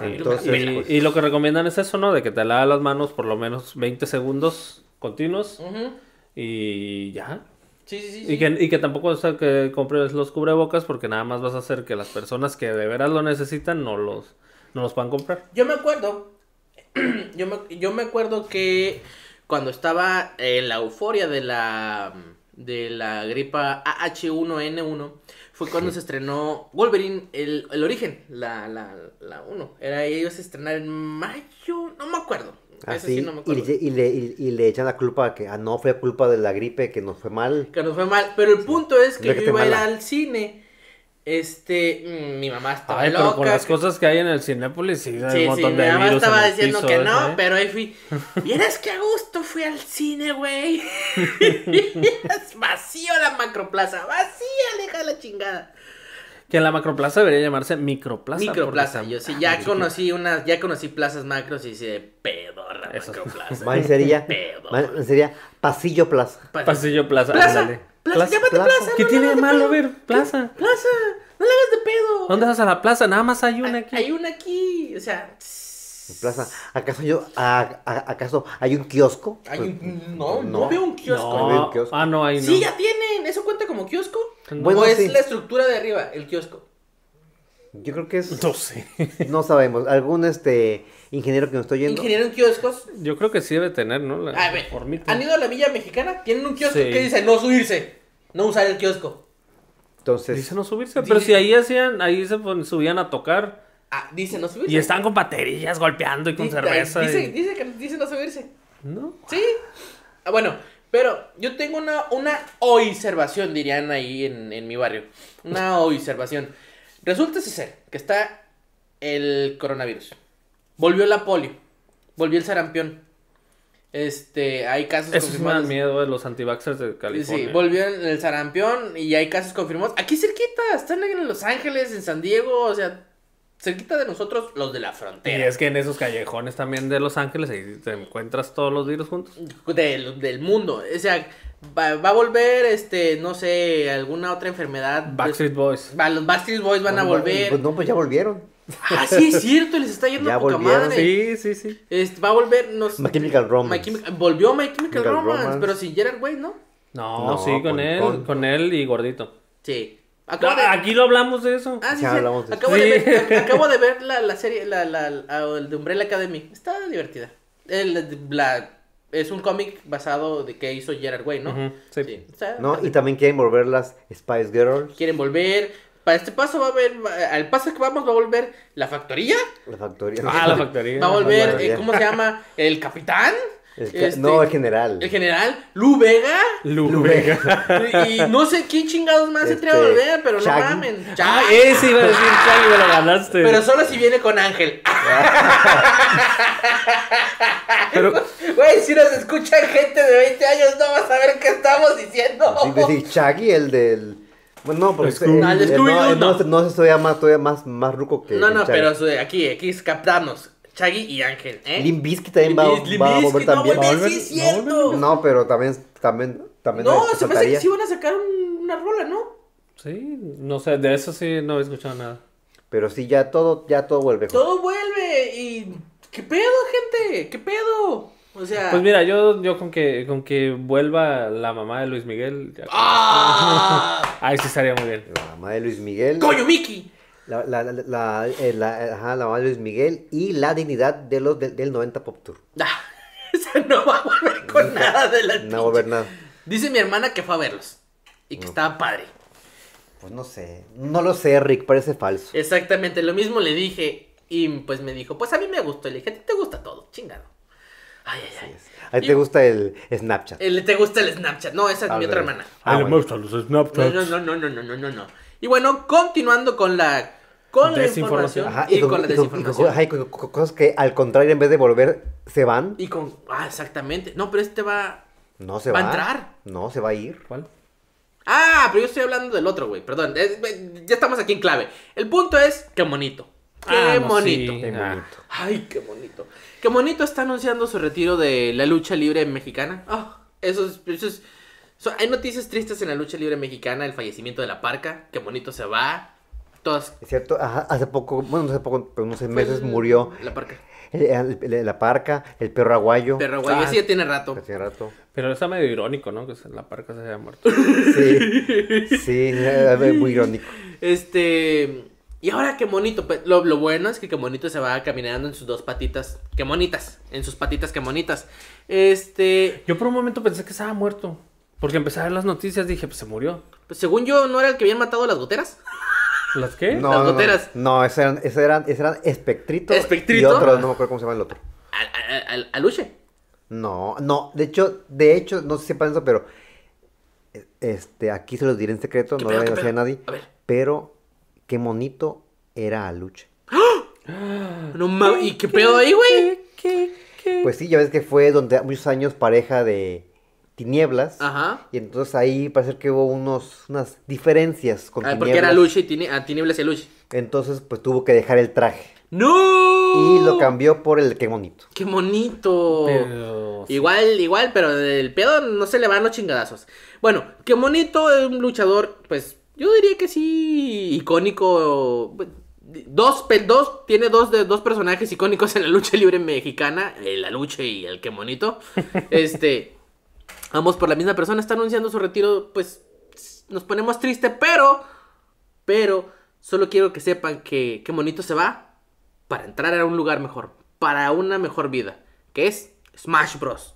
[SPEAKER 6] Entonces,
[SPEAKER 5] y,
[SPEAKER 6] pues-
[SPEAKER 5] y lo que recomiendan es eso, ¿no? De que te lavas las manos por lo menos 20 segundos continuos
[SPEAKER 4] Ujú.
[SPEAKER 5] y ya.
[SPEAKER 4] Sí, sí, sí.
[SPEAKER 5] Y
[SPEAKER 4] sí.
[SPEAKER 5] que, y que tampoco o sea, que compres los cubrebocas porque nada más vas a hacer que las personas que de veras lo necesitan no los, no los puedan comprar.
[SPEAKER 4] Yo me acuerdo. yo, me, yo me acuerdo que cuando estaba eh, la euforia de la de la gripa AH1N1 fue cuando se estrenó Wolverine el, el origen la la la 1 era ellos a estrenar en mayo no me acuerdo
[SPEAKER 5] Ah,
[SPEAKER 4] Eso
[SPEAKER 6] Así,
[SPEAKER 4] sí no me
[SPEAKER 6] Ah, y,
[SPEAKER 4] acuerdo
[SPEAKER 6] le, y le- y- y le echan la culpa que, ah, no, fue culpa de la gripe, que nos fue mal.
[SPEAKER 4] que nos fue mal pero el punto es que
[SPEAKER 6] Mira que
[SPEAKER 4] yo
[SPEAKER 6] te
[SPEAKER 4] iba a ir
[SPEAKER 6] mala.
[SPEAKER 4] al cine este mm, mi mamá estaba
[SPEAKER 5] Ay,
[SPEAKER 4] loca
[SPEAKER 5] pero con las cosas que hay en el Cinépolis sí, hay
[SPEAKER 4] Sí,
[SPEAKER 5] un
[SPEAKER 4] sí,
[SPEAKER 5] montón
[SPEAKER 4] mi
[SPEAKER 5] de
[SPEAKER 4] mamá
[SPEAKER 5] virus en
[SPEAKER 4] estaba
[SPEAKER 5] el
[SPEAKER 4] diciendo
[SPEAKER 5] piso,
[SPEAKER 4] que no,
[SPEAKER 5] ¿eh?
[SPEAKER 4] pero ahí fui. Vieras que a gusto fui al cine, güey. Vieras, vacío la macroplaza, vacía, deja la chingada.
[SPEAKER 5] Que en la macroplaza debería llamarse microplaza. porque
[SPEAKER 4] Microplaza,
[SPEAKER 5] está-
[SPEAKER 4] yo sí,
[SPEAKER 5] Ah,
[SPEAKER 4] ya
[SPEAKER 5] micro-
[SPEAKER 4] conocí unas, ya conocí plazas macros y hice pedorra
[SPEAKER 5] Eso.
[SPEAKER 4] macroplaza.
[SPEAKER 6] Más bien sería,
[SPEAKER 4] Pedo.
[SPEAKER 6] más bien sería pasillo plaza.
[SPEAKER 4] Pa-
[SPEAKER 5] Pasillo plaza.
[SPEAKER 4] Plaza,
[SPEAKER 5] ándale.
[SPEAKER 4] plaza, llámate plaza.
[SPEAKER 6] plaza.
[SPEAKER 5] ¿Qué
[SPEAKER 4] no
[SPEAKER 5] tiene
[SPEAKER 4] la
[SPEAKER 5] de
[SPEAKER 4] hagas
[SPEAKER 5] malo
[SPEAKER 4] pedo.
[SPEAKER 5] ver plaza?
[SPEAKER 4] Plaza, no la hagas de pedo.
[SPEAKER 5] ¿Dónde vas a la plaza? Nada más hay una aquí.
[SPEAKER 4] Hay una aquí, o sea, tss,
[SPEAKER 6] Plaza, ¿acaso yo, a- a- acaso hay un kiosco?
[SPEAKER 4] hay
[SPEAKER 6] Pues,
[SPEAKER 4] un- no, no, veo un kiosco.
[SPEAKER 5] No.
[SPEAKER 6] Hay un kiosco.
[SPEAKER 5] Ah, no, ahí no.
[SPEAKER 4] Sí, ya tienen. ¿Eso cuenta como kiosco?
[SPEAKER 6] Bueno,
[SPEAKER 4] ¿O es
[SPEAKER 6] sí.
[SPEAKER 4] la estructura de arriba, el kiosco?
[SPEAKER 6] Yo creo que es,
[SPEAKER 5] No sé.
[SPEAKER 6] no sabemos, algún este ingeniero que nos estoy yendo.
[SPEAKER 4] Ingeniero en kioscos.
[SPEAKER 5] Yo creo que sí debe tener, ¿no? La
[SPEAKER 4] A ver,
[SPEAKER 5] formita.
[SPEAKER 4] ¿han ido a la Villa Mexicana? Tienen un kiosco
[SPEAKER 5] Sí.
[SPEAKER 4] que dice no subirse, no usar el kiosco.
[SPEAKER 6] Entonces,
[SPEAKER 5] Dice no subirse, pero
[SPEAKER 4] Dice-
[SPEAKER 5] si ahí hacían, ahí se pon- subían a tocar
[SPEAKER 4] Ah, dice no subirse.
[SPEAKER 5] y estaban con baterías golpeando y con
[SPEAKER 4] Di-
[SPEAKER 5] cerveza.
[SPEAKER 4] Dice,
[SPEAKER 5] y-
[SPEAKER 4] dice que dice no subirse.
[SPEAKER 5] ¿No?
[SPEAKER 4] Sí. Ah, bueno, pero yo tengo una, una observación, dirían ahí en, en mi barrio. Una observación. Resulta ser que está el coronavirus. Volvió la polio. Volvió el sarampión. Este, hay casos
[SPEAKER 5] Eso sí me da
[SPEAKER 4] confirmados.
[SPEAKER 5] miedo de los antivaxxers de California.
[SPEAKER 4] Sí, volvió en el sarampión y hay casos confirmados. Aquí cerquita, están en Los Ángeles, en San Diego, o sea, cerquita de nosotros, los de la
[SPEAKER 5] Y
[SPEAKER 4] frontera.
[SPEAKER 5] es que en esos callejones también de Los Ángeles ahí te encuentras todos los virus juntos.
[SPEAKER 4] Del, del mundo. O sea, va, va a volver, este, no sé, alguna otra enfermedad.
[SPEAKER 5] Backstreet Boys.
[SPEAKER 4] Va- los Backstreet Boys van a
[SPEAKER 6] bueno,
[SPEAKER 4] volver.
[SPEAKER 6] Pues no, pues ya volvieron.
[SPEAKER 4] Ah, sí, es cierto, les está yendo
[SPEAKER 6] Ya
[SPEAKER 4] a poca
[SPEAKER 6] volvieron,
[SPEAKER 4] madre.
[SPEAKER 5] Sí, sí, sí.
[SPEAKER 4] Este, va a volver, nos...
[SPEAKER 6] My Chemical
[SPEAKER 4] My
[SPEAKER 6] Romance.
[SPEAKER 4] Chemi- Volvió My Chemical
[SPEAKER 6] Chemical
[SPEAKER 4] Romance,
[SPEAKER 6] Romance.
[SPEAKER 4] pero sin Gerard Way, ¿no?
[SPEAKER 5] No,
[SPEAKER 6] No,
[SPEAKER 5] sí, con,
[SPEAKER 6] con-
[SPEAKER 5] él,
[SPEAKER 6] con-
[SPEAKER 5] con él y gordito.
[SPEAKER 4] Sí. Acabo de-
[SPEAKER 5] Ah, Aquí lo hablamos de eso.
[SPEAKER 4] Ah, sí,
[SPEAKER 6] Ya
[SPEAKER 4] sí.
[SPEAKER 6] hablamos de
[SPEAKER 4] Acabo,
[SPEAKER 5] eso.
[SPEAKER 4] de
[SPEAKER 5] Sí.
[SPEAKER 4] ver, a- acabo de ver la, la serie, la, la, la- el de Umbrella Academy. Está divertida. El- la- es un cómic basado de que hizo Gerard Way, ¿no?
[SPEAKER 5] Ujú, sí.
[SPEAKER 4] Está-
[SPEAKER 6] ¿No? Y también quieren volver las Spice Girls,
[SPEAKER 4] Quieren volver. Para este paso va a haber, va- al paso que vamos va a volver la factoría,
[SPEAKER 6] la factoría.
[SPEAKER 5] Ah, la factoría.
[SPEAKER 4] va a
[SPEAKER 6] la
[SPEAKER 4] volver, eh,
[SPEAKER 6] factoría.
[SPEAKER 4] ¿cómo se llama? El capitán.
[SPEAKER 6] El ca-
[SPEAKER 4] Este,
[SPEAKER 6] No, el general.
[SPEAKER 4] El general, eh, Lu Vega.
[SPEAKER 5] Lu
[SPEAKER 6] Lu
[SPEAKER 5] Vega.
[SPEAKER 6] Vega.
[SPEAKER 4] Y, y no sé quién chingados más se
[SPEAKER 6] Este,
[SPEAKER 4] atreve a volver, pero
[SPEAKER 6] Shaggy.
[SPEAKER 4] no mamen.
[SPEAKER 5] Ah,
[SPEAKER 4] Shaggy.
[SPEAKER 5] ese iba a decir Charlie, me lo ganaste.
[SPEAKER 4] Pero solo si viene con Ángel.
[SPEAKER 5] Pero-
[SPEAKER 4] Güey, si nos escuchan gente de 20 años, no vas a ver qué estamos diciendo.
[SPEAKER 6] Sí, sí, sí, Shaggy, el del. Bueno, no, porque.
[SPEAKER 5] Scooby.
[SPEAKER 4] Ah, el
[SPEAKER 6] eh,
[SPEAKER 4] Scooby-Doo,
[SPEAKER 6] no, eh,
[SPEAKER 4] no.
[SPEAKER 6] no, se- no, se todavía más, todavía más, más ruco que.
[SPEAKER 4] no,
[SPEAKER 6] que
[SPEAKER 4] no,
[SPEAKER 6] Shaggy.
[SPEAKER 4] pero su- aquí, aquí es captarnos. Chaggy y Ángel, ¿eh?
[SPEAKER 6] Limp Bizkit también va,
[SPEAKER 4] Limp Biz-
[SPEAKER 6] va a
[SPEAKER 4] Limp
[SPEAKER 6] volver
[SPEAKER 4] Bizkit, no,
[SPEAKER 6] también.
[SPEAKER 4] güey, sí es cierto.
[SPEAKER 6] No, pero también, también, también
[SPEAKER 4] No, se me hace que
[SPEAKER 6] faltaría.
[SPEAKER 4] sí van a sacar un- una rola, ¿no?
[SPEAKER 5] Sí, no sé, de eso sí no he escuchado nada.
[SPEAKER 6] Pero sí, ya todo, ya todo vuelve.
[SPEAKER 4] Todo vuelve y... ¿Qué pedo, gente? ¿Qué pedo? O sea...
[SPEAKER 5] Pues mira, yo, yo con que con que vuelva la mamá de Luis Miguel. ya-
[SPEAKER 4] ¡Ah!
[SPEAKER 5] Ahí sí estaría muy bien.
[SPEAKER 6] La mamá de Luis Miguel.
[SPEAKER 4] ¡Coño, Mickey!
[SPEAKER 6] La, la, la, la- eh, la- ajá, la mamá de Luis Miguel y la dignidad de los de- del 90 Pop Tour.
[SPEAKER 4] Ah, esa no va a volver con nada de la
[SPEAKER 6] No va a volver nada.
[SPEAKER 4] Dice mi hermana que fue a verlos y que estaba padre.
[SPEAKER 6] Pues no sé. No lo sé, Rick, parece falso.
[SPEAKER 4] Exactamente, lo mismo le dije y pues me dijo, pues a mí me gustó. Y le dije, a ti te gusta todo, chingado. Ay, ay, ay.
[SPEAKER 6] Ahí te gusta el Snapchat.
[SPEAKER 4] El- ¿Te gusta el Snapchat? No, esa eh, es
[SPEAKER 6] A
[SPEAKER 4] mi
[SPEAKER 6] ver.
[SPEAKER 4] otra hermana.
[SPEAKER 6] Ah,
[SPEAKER 5] Ay,
[SPEAKER 6] bueno.
[SPEAKER 5] me gustan los
[SPEAKER 4] No,
[SPEAKER 5] Snapchats.
[SPEAKER 4] no, no, no, no, no, no, no, no. Y bueno, continuando con la, con la
[SPEAKER 5] Desinformación.
[SPEAKER 4] información
[SPEAKER 6] Ajá,
[SPEAKER 4] y, con, la
[SPEAKER 6] y con-
[SPEAKER 4] desinformación.
[SPEAKER 6] ajá, y con- con cosas que al contrario, en vez de volver, se van.
[SPEAKER 4] Y con... Ah, exactamente. No, pero este va...
[SPEAKER 6] No se
[SPEAKER 4] ¿Va
[SPEAKER 6] va.
[SPEAKER 4] a entrar?
[SPEAKER 6] No, se va a ir.
[SPEAKER 5] ¿Cuál?
[SPEAKER 4] Ah, pero yo estoy hablando del otro, güey. Perdón. es- eh, ya estamos aquí en clave. El punto es, qué bonito. Qué
[SPEAKER 5] Ah, no,
[SPEAKER 4] bonito.
[SPEAKER 5] sí.
[SPEAKER 6] Qué
[SPEAKER 5] Ah.
[SPEAKER 6] bonito.
[SPEAKER 4] Ay, qué bonito. Qué bonito está anunciando su retiro de la lucha libre mexicana. Ah, eso es, eso es- so- hay noticias tristes en la lucha libre mexicana, el fallecimiento de la parca, qué bonito se va. Todas
[SPEAKER 6] Es cierto, ajá, hace poco, bueno, no hace poco, pero unos seis meses
[SPEAKER 4] el-
[SPEAKER 6] murió
[SPEAKER 4] La parca.
[SPEAKER 6] el- el- el- la parca, el perro aguayo. Ah,
[SPEAKER 4] Pero güey, ese ya tiene rato.
[SPEAKER 6] Hace rato.
[SPEAKER 5] Pero está medio irónico, ¿no? Que se- la parca se haya muerto.
[SPEAKER 6] Sí, sí, eh, eh, muy irónico.
[SPEAKER 4] Este, y ahora qué bonito, pues, lo, lo bueno es que qué bonito se va caminando en sus dos patitas, qué bonitas, en sus patitas qué bonitas. Este,
[SPEAKER 5] Yo por un momento pensé que estaba muerto. Porque empecé a ver las noticias, dije, pues se murió.
[SPEAKER 4] pues, según yo no era el que habían matado las goteras.
[SPEAKER 5] ¿Las qué?
[SPEAKER 6] No,
[SPEAKER 4] ¿Eh? Las
[SPEAKER 6] no, no,
[SPEAKER 4] goteras.
[SPEAKER 6] No, esos eran, esos eran, esos eran espectrito.
[SPEAKER 4] Espectrito.
[SPEAKER 6] Y otro, no me acuerdo cómo se llama el otro.
[SPEAKER 4] Al- al- al- Aluche.
[SPEAKER 6] No, no, de hecho, de hecho, no sé si sepan eso, pero eh, este, aquí se los diré en secreto,
[SPEAKER 4] ¿Qué
[SPEAKER 6] no
[SPEAKER 4] pedo,
[SPEAKER 6] lo voy a
[SPEAKER 4] qué
[SPEAKER 6] decir a
[SPEAKER 4] pedo?
[SPEAKER 6] nadie.
[SPEAKER 4] A ver.
[SPEAKER 6] Pero qué monito era Aluche.
[SPEAKER 4] No mames, ¿y qué pedo ahí, güey?
[SPEAKER 6] Pues sí, ya ves que fue donde muchos años pareja de Tinieblas.
[SPEAKER 4] Ajá.
[SPEAKER 6] Y entonces ahí parece que hubo unos, unas diferencias con
[SPEAKER 4] Ah,
[SPEAKER 6] Tinieblas.
[SPEAKER 4] porque era Lucha y tiene, a Tinieblas y Lucha.
[SPEAKER 6] Entonces, pues tuvo que dejar el traje.
[SPEAKER 4] ¡No!
[SPEAKER 6] Y lo cambió por el qué monito.
[SPEAKER 4] ¡Qué bonito!
[SPEAKER 5] Pero-
[SPEAKER 4] Igual, igual, pero del pedo no se le van los chingadazos. Bueno, qué bonito es un luchador, pues yo diría que sí, icónico. Dos, pe- dos tiene dos de dos personajes icónicos en la lucha libre mexicana, eh, la lucha y el qué bonito. Este, ambos por la misma persona están anunciando su retiro, pues nos ponemos triste, pero, pero solo quiero que sepan que qué bonito se va para entrar a un lugar mejor, para una mejor vida, que es Smash Bros.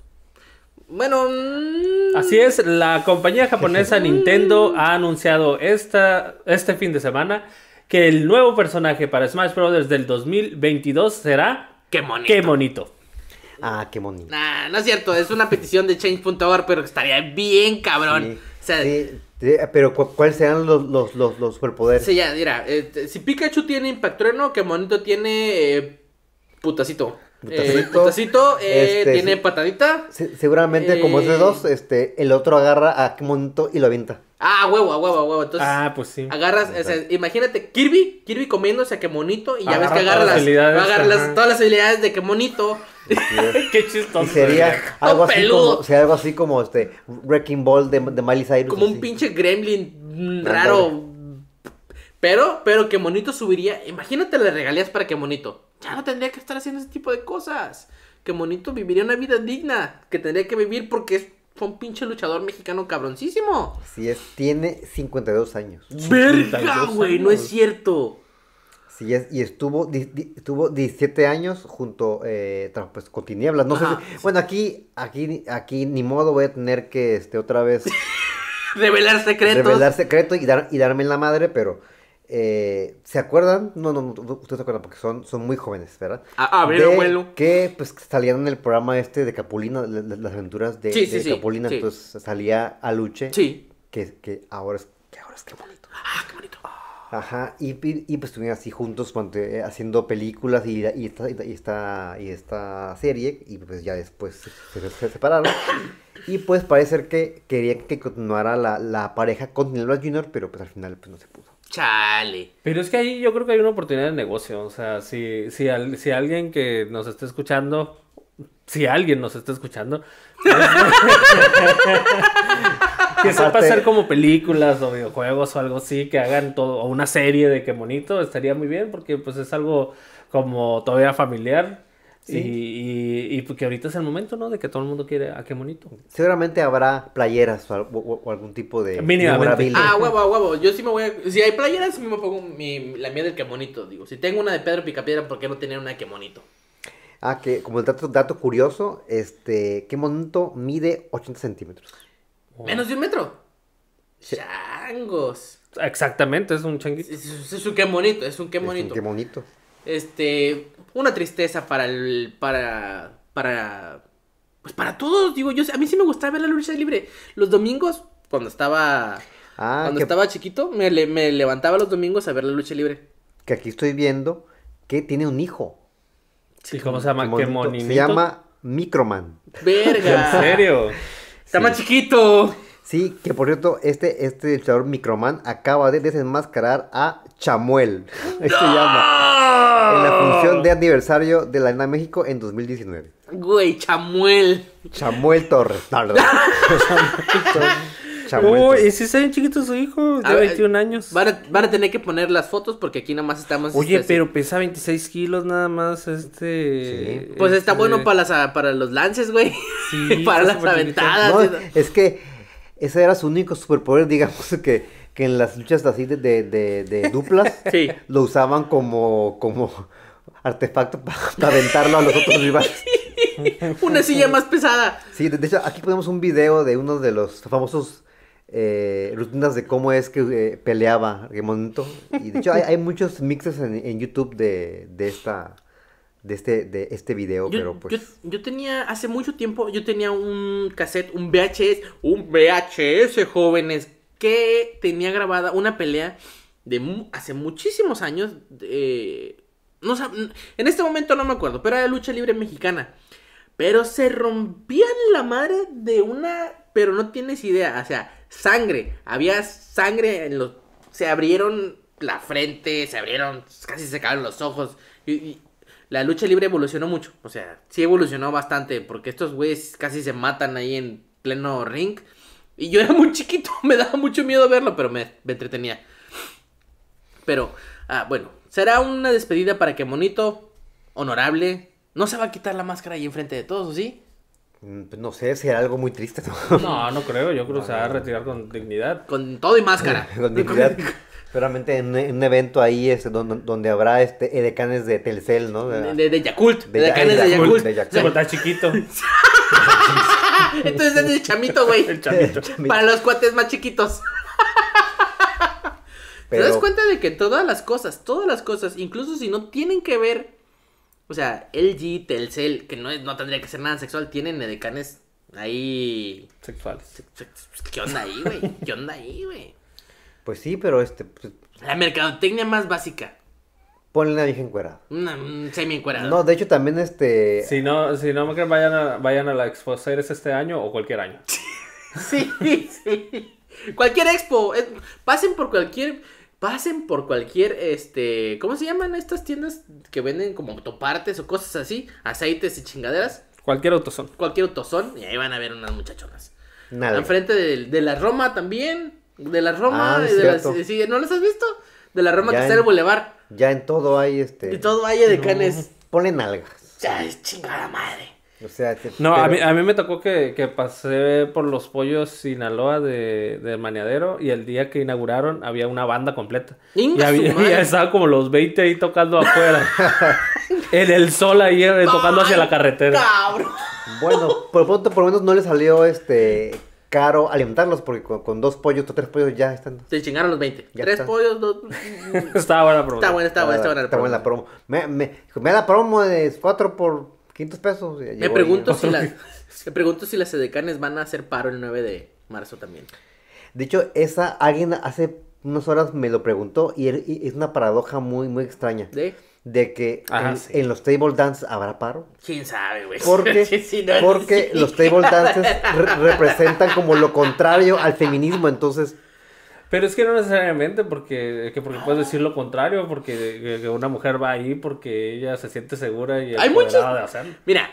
[SPEAKER 4] Bueno, mm,
[SPEAKER 5] Así es, la compañía japonesa Nintendo ha anunciado esta, este fin de semana que el nuevo personaje para Smash Bros. del 2022 será
[SPEAKER 4] qué bonito.
[SPEAKER 5] Qué bonito.
[SPEAKER 6] Ah, qué monito.
[SPEAKER 4] Nah, no es cierto, es una petición de change.org, pero estaría bien cabrón.
[SPEAKER 6] Sí,
[SPEAKER 4] o sea,
[SPEAKER 6] sí, sí, pero ¿cu- ¿cuáles serán los, los, los, los superpoderes?
[SPEAKER 4] sí, ya, mira, eh, t- si Pikachu tiene impactrueno, qué bonito tiene eh, putacito. Putacito, eh,
[SPEAKER 6] Putacito.
[SPEAKER 4] putacito, eh,
[SPEAKER 6] Este,
[SPEAKER 4] tiene
[SPEAKER 6] sí.
[SPEAKER 4] patadita.
[SPEAKER 6] Se- seguramente, como es de
[SPEAKER 4] Eh.
[SPEAKER 6] dos, este, el otro agarra a qué monito y lo avienta.
[SPEAKER 4] Ah, huevo, a huevo, a huevo. Entonces,
[SPEAKER 5] Ah, pues sí.
[SPEAKER 4] Agarras, o sea, imagínate Kirby, Kirby comiéndose a que monito y ya ves
[SPEAKER 5] Agarra
[SPEAKER 4] que agarra
[SPEAKER 5] todas
[SPEAKER 4] las,
[SPEAKER 5] las habilidades,
[SPEAKER 4] agarra las-
[SPEAKER 5] ajá.
[SPEAKER 4] todas las habilidades de que monito.
[SPEAKER 5] Qué
[SPEAKER 6] Y
[SPEAKER 5] chistoso.
[SPEAKER 6] sería
[SPEAKER 4] Todo
[SPEAKER 6] algo así
[SPEAKER 4] peludo.
[SPEAKER 6] como, sería algo así como este Wrecking Ball de, de Miley Cyrus.
[SPEAKER 4] Como un
[SPEAKER 6] así.
[SPEAKER 4] pinche gremlin mm, raro. Pero, pero que monito subiría. Imagínate las regalías para que monito. Ya no tendría que estar haciendo ese tipo de cosas. Que monito viviría una vida digna. Que tendría que vivir porque es- fue un pinche luchador mexicano cabroncísimo.
[SPEAKER 6] Si es, tiene 52 años.
[SPEAKER 4] Verga,
[SPEAKER 5] 52
[SPEAKER 4] güey, no es
[SPEAKER 5] años.
[SPEAKER 4] cierto.
[SPEAKER 6] Si es, y estuvo, di- di- estuvo 17 años junto eh, tra- pues, con Tinieblas. No sé
[SPEAKER 4] Ajá,
[SPEAKER 6] si- bueno, aquí, aquí, aquí ni modo voy a tener que este, otra vez
[SPEAKER 4] Revelar secretos.
[SPEAKER 6] revelar secreto y, dar, y darme en la madre, pero eh, ¿se acuerdan? No, no, no, ustedes se acuerdan porque son, son muy jóvenes, ¿verdad?
[SPEAKER 4] A, a ver,
[SPEAKER 6] De
[SPEAKER 4] abuelo.
[SPEAKER 6] Que pues salían en el programa este de Capulina, la- la- las aventuras de,
[SPEAKER 4] Sí,
[SPEAKER 6] de
[SPEAKER 4] sí, sí,
[SPEAKER 6] Capulina,
[SPEAKER 4] sí.
[SPEAKER 6] entonces salía Aluche,
[SPEAKER 4] Sí.
[SPEAKER 6] que, que ahora es, que ahora es que bonito.
[SPEAKER 4] Ah, qué bonito.
[SPEAKER 6] Ajá, y, y- y, pues estuvieron así juntos durante- eh, haciendo películas y, y esta, y, esta, y esta serie, y pues ya después se, se- se separaron. Y pues parece ser que querían que continuara la, la pareja con Nelva Jr., pero pues al final pues no se pudo.
[SPEAKER 4] Chale.
[SPEAKER 5] Pero es que ahí yo creo que hay una oportunidad de negocio. O sea, si, si, al- si alguien que nos está escuchando, si alguien nos está escuchando, que sepa
[SPEAKER 6] Aparte-
[SPEAKER 5] hacer como películas o videojuegos o algo así, que hagan todo, o una serie de que bonito, estaría muy bien porque pues es algo como todavía familiar. Y,
[SPEAKER 6] Sí.
[SPEAKER 5] y, y porque ahorita es el momento, ¿no? De que todo el mundo quiere a qué bonito.
[SPEAKER 6] Seguramente habrá playeras o, al- o- o algún tipo de
[SPEAKER 5] Mínimamente.
[SPEAKER 6] memorabilia.
[SPEAKER 4] Ah, huevo, a huevo. Yo sí me voy a. Si hay playeras, sí me pongo mi- la mía del quemonito. Digo, si tengo una de Pedro Picapiedra, ¿por qué no tener una de quemonito?
[SPEAKER 6] Ah, que como dato, dato curioso, este, ¿qué monito mide 80 centímetros?
[SPEAKER 4] Menos de un metro. Changos.
[SPEAKER 5] Exactamente, es un changuito.
[SPEAKER 4] Es, es- es un quemonito, es un quemonito.
[SPEAKER 6] Qué bonito.
[SPEAKER 4] Este, una tristeza para el, para, para, pues para todos, digo yo, a mí sí me gustaba ver la lucha libre. Los domingos, cuando estaba,
[SPEAKER 6] Ah,
[SPEAKER 4] cuando
[SPEAKER 6] que,
[SPEAKER 4] estaba chiquito, me, le- me levantaba los domingos a ver la lucha libre.
[SPEAKER 6] que aquí estoy viendo que tiene un hijo.
[SPEAKER 5] ¿Y cómo se llama?
[SPEAKER 6] Qué
[SPEAKER 5] ¿Qué
[SPEAKER 6] bonito.
[SPEAKER 5] moninito?
[SPEAKER 6] Se llama Microman.
[SPEAKER 5] ¿En
[SPEAKER 4] Verga.
[SPEAKER 5] serio?
[SPEAKER 4] Está más chiquito.
[SPEAKER 6] Sí, que por cierto, este, este luchador Microman acaba de desenmascarar a Chamuel. Ahí Se llama. En la función de aniversario de la Arena México en 2019.
[SPEAKER 4] Güey, chamuel.
[SPEAKER 6] Chamuel Torres. No, no, no. Chamuel
[SPEAKER 5] Uy,
[SPEAKER 6] Torres.
[SPEAKER 5] y si está bien chiquito su hijo, de
[SPEAKER 4] A ver,
[SPEAKER 5] 21 años.
[SPEAKER 4] Van a, van a tener que poner las fotos porque aquí nada más estamos.
[SPEAKER 5] Oye,
[SPEAKER 4] este,
[SPEAKER 5] pero pesa 26 kilos nada más, este...
[SPEAKER 6] Sí.
[SPEAKER 4] Pues está
[SPEAKER 5] este-
[SPEAKER 4] bueno para las, para los lances, güey.
[SPEAKER 5] Sí, está
[SPEAKER 4] para las
[SPEAKER 5] súper chiquito.
[SPEAKER 4] aventadas.
[SPEAKER 6] No, es que ese era su único superpoder, digamos, que, que en las luchas así de, de, de- de duplas
[SPEAKER 4] Sí.
[SPEAKER 6] lo usaban como, como artefacto para, aventarlo a los otros rivales.
[SPEAKER 4] Una silla más pesada.
[SPEAKER 6] Sí, de, de hecho, aquí ponemos un video de uno de los famosos eh, rutinas de cómo es que eh, peleaba Remonto. Y de hecho, hay, hay muchos mixes en, en YouTube de, de esta... De este, de este video,
[SPEAKER 4] Yo,
[SPEAKER 6] pero pues.
[SPEAKER 4] yo- yo tenía, hace mucho tiempo, yo tenía un cassette, un VHS, un VHS, jóvenes, que tenía grabada una pelea de mu- hace muchísimos años. de- no sab- en este momento no me acuerdo, pero era lucha libre mexicana. Pero se rompían la madre de una. Pero no tienes idea, o sea, sangre. Había sangre en los. Se abrieron la frente, se abrieron, casi se acabaron los ojos. Y, y la lucha libre evolucionó mucho, o sea, sí evolucionó bastante, porque estos güeyes casi se matan ahí en pleno ring. Y yo era muy chiquito, me daba mucho miedo verlo, pero me, me entretenía. Pero, ah, bueno, será una despedida para que Monito, honorable, no se va a quitar la máscara ahí enfrente de todos, ¿o sí?
[SPEAKER 6] mm, pues, No sé, será algo muy triste, ¿no?
[SPEAKER 5] No, no creo, yo creo que se va a retirar con dignidad.
[SPEAKER 4] Con todo y máscara.
[SPEAKER 6] con dignidad. Seguramente en un- en un evento ahí este, donde, donde habrá este edecanes de Telcel, ¿no? Ah,
[SPEAKER 4] De, de, de Yakult,
[SPEAKER 6] De
[SPEAKER 4] de,
[SPEAKER 6] Ya-
[SPEAKER 4] canes de
[SPEAKER 6] Yakult,
[SPEAKER 4] Yakult.
[SPEAKER 6] de Yakult.
[SPEAKER 5] Se está chiquito.
[SPEAKER 4] Ah, Entonces es el chamito, güey. Para los cuates más chiquitos. ¿Te das
[SPEAKER 6] Pero-
[SPEAKER 4] cuenta de que todas las cosas, todas las cosas, incluso si no tienen que ver, o sea, LG, Telcel, que no, es- no tendría que ser nada sexual, tienen edecanes ahí...
[SPEAKER 5] Sexuales.
[SPEAKER 4] ¿Qué onda ahí, güey? ¿Qué onda ahí, güey?
[SPEAKER 6] Pues sí, pero este, pues,
[SPEAKER 4] La mercadotecnia más básica.
[SPEAKER 6] ponle una vieja encuerada.
[SPEAKER 4] Una mm, semi encuerada.
[SPEAKER 6] No, de hecho también este...
[SPEAKER 5] Si no, si no me creen, vayan a, vayan a la Expo Series este año o cualquier año.
[SPEAKER 4] Sí, sí. Cualquier expo. eh, pasen por cualquier. Pasen por cualquier, este, ¿cómo se llaman estas tiendas que venden como autopartes o cosas así? Aceites y chingaderas.
[SPEAKER 5] Cualquier autosón.
[SPEAKER 4] Cualquier autosón y ahí van a ver unas muchachonas.
[SPEAKER 6] Nada.
[SPEAKER 4] Enfrente de, de la Roma también. De la Roma.
[SPEAKER 6] Ah, es
[SPEAKER 4] y de las-
[SPEAKER 6] cierto.
[SPEAKER 4] sí, ¿No las has visto? De la Roma
[SPEAKER 6] Ya
[SPEAKER 4] que está en
[SPEAKER 6] en-
[SPEAKER 4] el bulevar.
[SPEAKER 6] Ya en todo hay este...
[SPEAKER 4] Y todo Valle de Canes.
[SPEAKER 6] Ponle nalgas.
[SPEAKER 4] Ya, es chingada madre.
[SPEAKER 6] O sea... te-
[SPEAKER 5] No, a,
[SPEAKER 6] pero-
[SPEAKER 5] mí, a mí me tocó que, que pasé por los pollos Sinaloa de, de Maniadero y el día que inauguraron había una banda completa. Y
[SPEAKER 4] ¡Inga su
[SPEAKER 5] había,
[SPEAKER 4] madre!
[SPEAKER 5] y estaban como los 20 ahí tocando afuera. en el sol ahí eh, tocando hacia la carretera.
[SPEAKER 4] Cabrón.
[SPEAKER 6] Bueno, por lo pronto por lo menos no le salió este caro alimentarlos porque con, con dos pollos o tres pollos ya están...
[SPEAKER 4] Te chingaron los 20.
[SPEAKER 6] Ya
[SPEAKER 4] Tres
[SPEAKER 6] está.
[SPEAKER 4] pollos, dos.
[SPEAKER 5] Estaba buena pregunta.
[SPEAKER 4] está bueno, está bueno, está bueno.
[SPEAKER 6] Está buena la promo. Me, me, me da la promo de 4 por 500 pesos. y
[SPEAKER 4] Me
[SPEAKER 6] llegó ahí,
[SPEAKER 4] pregunto,
[SPEAKER 6] ¿no?
[SPEAKER 4] si las, me pregunto si las edecanes van a hacer paro el 9 de marzo también.
[SPEAKER 6] De hecho, esa alguien hace unas horas me lo preguntó y, er- y es una paradoja muy, muy extraña.
[SPEAKER 4] ¿De?
[SPEAKER 6] De que
[SPEAKER 5] Ajá,
[SPEAKER 6] en,
[SPEAKER 5] sí.
[SPEAKER 6] en los table dance habrá paro.
[SPEAKER 4] ¿Quién sabe, güey?
[SPEAKER 6] Porque,
[SPEAKER 4] Sí, sí, no,
[SPEAKER 6] porque
[SPEAKER 4] sí.
[SPEAKER 6] los table dances re- representan como lo contrario al feminismo. Entonces,
[SPEAKER 5] Pero es que no necesariamente porque, que porque puedes decir lo contrario, porque que- que una mujer va ahí porque ella se siente segura y
[SPEAKER 4] Hay
[SPEAKER 5] empoderada
[SPEAKER 4] muchos.
[SPEAKER 5] de hacerlo.
[SPEAKER 4] Mira,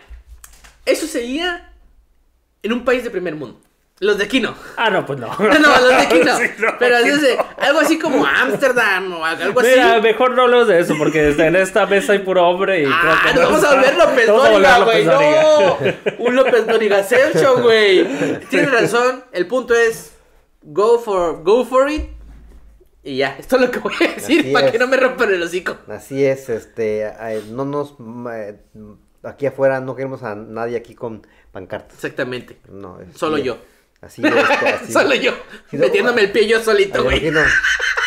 [SPEAKER 4] eso sería en un país de primer mundo. Los de aquí no.
[SPEAKER 5] Ah, no, pues no.
[SPEAKER 4] No, no, los de aquí no.
[SPEAKER 5] Sí, no,
[SPEAKER 4] Pero
[SPEAKER 5] aquí
[SPEAKER 4] así es, algo así como Ámsterdam o algo así.
[SPEAKER 5] Mira, mejor no hablemos de eso porque en esta mesa hay puro hombre y
[SPEAKER 4] Ah,
[SPEAKER 5] creo que
[SPEAKER 4] nos vamos a volver López
[SPEAKER 5] Vamos a volver
[SPEAKER 4] Dóriga,
[SPEAKER 5] López
[SPEAKER 4] güey. No,
[SPEAKER 5] Dóriga.
[SPEAKER 4] un López Dóriga Exception, güey. Tienes razón. El punto es go for, go for it. Y ya, esto es lo que voy a decir
[SPEAKER 6] Así
[SPEAKER 4] para
[SPEAKER 6] es.
[SPEAKER 4] que no me rompan el hocico.
[SPEAKER 6] Así es, este, eh, no nos, mm, eh, aquí afuera no queremos a nadie aquí con pancartas.
[SPEAKER 4] Exactamente.
[SPEAKER 6] No, es-
[SPEAKER 4] Solo yo.
[SPEAKER 6] Así es, este, así
[SPEAKER 4] Solo yo,
[SPEAKER 6] Sí, no,
[SPEAKER 4] metiéndome
[SPEAKER 6] ah.
[SPEAKER 4] el pie yo solito, güey.
[SPEAKER 6] Misógino.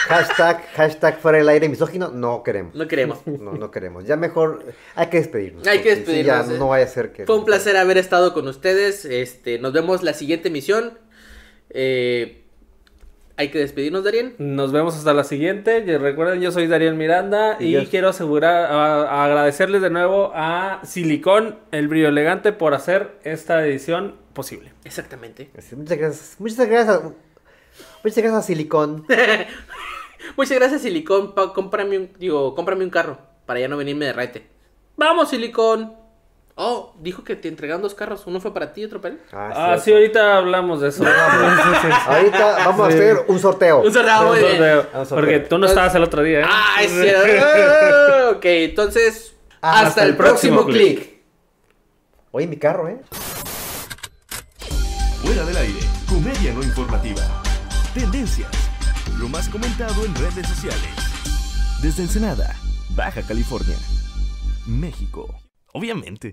[SPEAKER 6] Hashtag, hashtag fuera del aire misógino, no queremos.
[SPEAKER 4] No queremos.
[SPEAKER 6] No, no queremos. Ya mejor hay que despedirnos.
[SPEAKER 4] Hay que
[SPEAKER 6] porque sí, ya
[SPEAKER 4] despedirnos, eh.
[SPEAKER 6] no vaya a ser que.
[SPEAKER 4] Fue un placer haber estado con ustedes. Este, nos vemos la siguiente emisión. Eh, hay que despedirnos, Darien.
[SPEAKER 5] Nos vemos hasta la siguiente. Y recuerden, yo soy Dariel Miranda
[SPEAKER 6] Y
[SPEAKER 5] y,
[SPEAKER 6] yo-
[SPEAKER 5] quiero asegurar, a- a agradecerles de nuevo a Silicón, el brillo elegante, por hacer esta edición posible.
[SPEAKER 4] Exactamente.
[SPEAKER 6] Así, Muchas gracias. Muchas gracias. Muchas gracias, Silicón.
[SPEAKER 4] Muchas Pues gracias, Silicón. Pa- cómprame un, digo, cómprame un carro para ya no venirme de rete. Vamos, Silicón. Oh, dijo que te entregaron dos carros. Uno fue para ti y otro para él.
[SPEAKER 5] Ah, sí, ahorita hablamos de eso.
[SPEAKER 4] Ah,
[SPEAKER 6] Ahorita vamos
[SPEAKER 5] Ah, Sí.
[SPEAKER 6] a hacer un sorteo.
[SPEAKER 4] Un cerrado,
[SPEAKER 5] Vamos a
[SPEAKER 4] güey.
[SPEAKER 5] ver,
[SPEAKER 6] Vamos a ver.
[SPEAKER 5] Porque tú no estabas el otro día, ¿eh?
[SPEAKER 4] Ah, es cierto. ok, entonces. Ah, Hasta, el, próximo, clic.
[SPEAKER 6] Oye, mi carro, ¿eh?
[SPEAKER 3] Fuera del aire, comedia no informativa. Tendencias, lo más comentado en redes sociales. Desde Ensenada, Baja California, México. Obviamente.